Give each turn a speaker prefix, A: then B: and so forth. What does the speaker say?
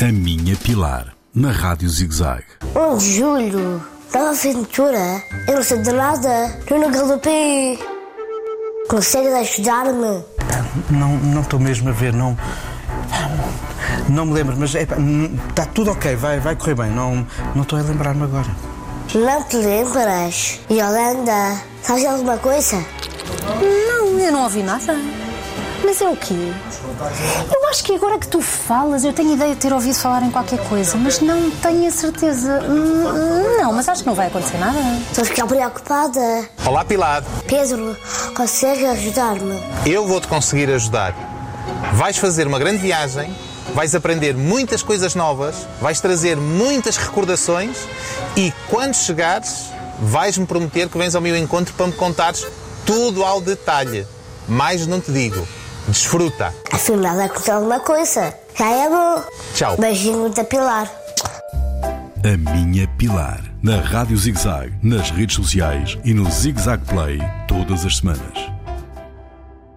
A: A Minha Pilar, na Rádio ZigZag.
B: 1 de julho, nova aventura. Eu não sei de nada. Eu não galopei. Consegues ajudar-me?
C: Não não estou mesmo a ver, não. Não me lembro, mas é está tá tudo ok, vai, vai correr bem. Não não estou a lembrar-me agora.
B: Não te lembras? Yolanda, sabes alguma coisa?
D: Não, eu não ouvi nada. Mas é o quê? Eu acho que agora que tu falas, eu tenho ideia de ter ouvido falar em qualquer coisa, mas não tenho a certeza. Hum, Não, mas acho que não vai acontecer nada.
B: Estou a ficar preocupada.
E: Olá Pilar,
B: Pedro, consegue ajudar-me?
E: eu vou-te conseguir ajudar. Vais fazer uma grande viagem, vais aprender muitas coisas novas, vais trazer muitas recordações e quando chegares, vais-me prometer que vens ao meu encontro para me contares tudo ao detalhe. Mais não te digo. Desfruta.
B: Afinal, aconteceu Assim, alguma coisa. Já é bom.
E: Tchau.
B: Beijinho da Pilar.
A: A Minha Pilar, na Rádio ZigZag, nas redes sociais e no ZigZag Play, todas as semanas.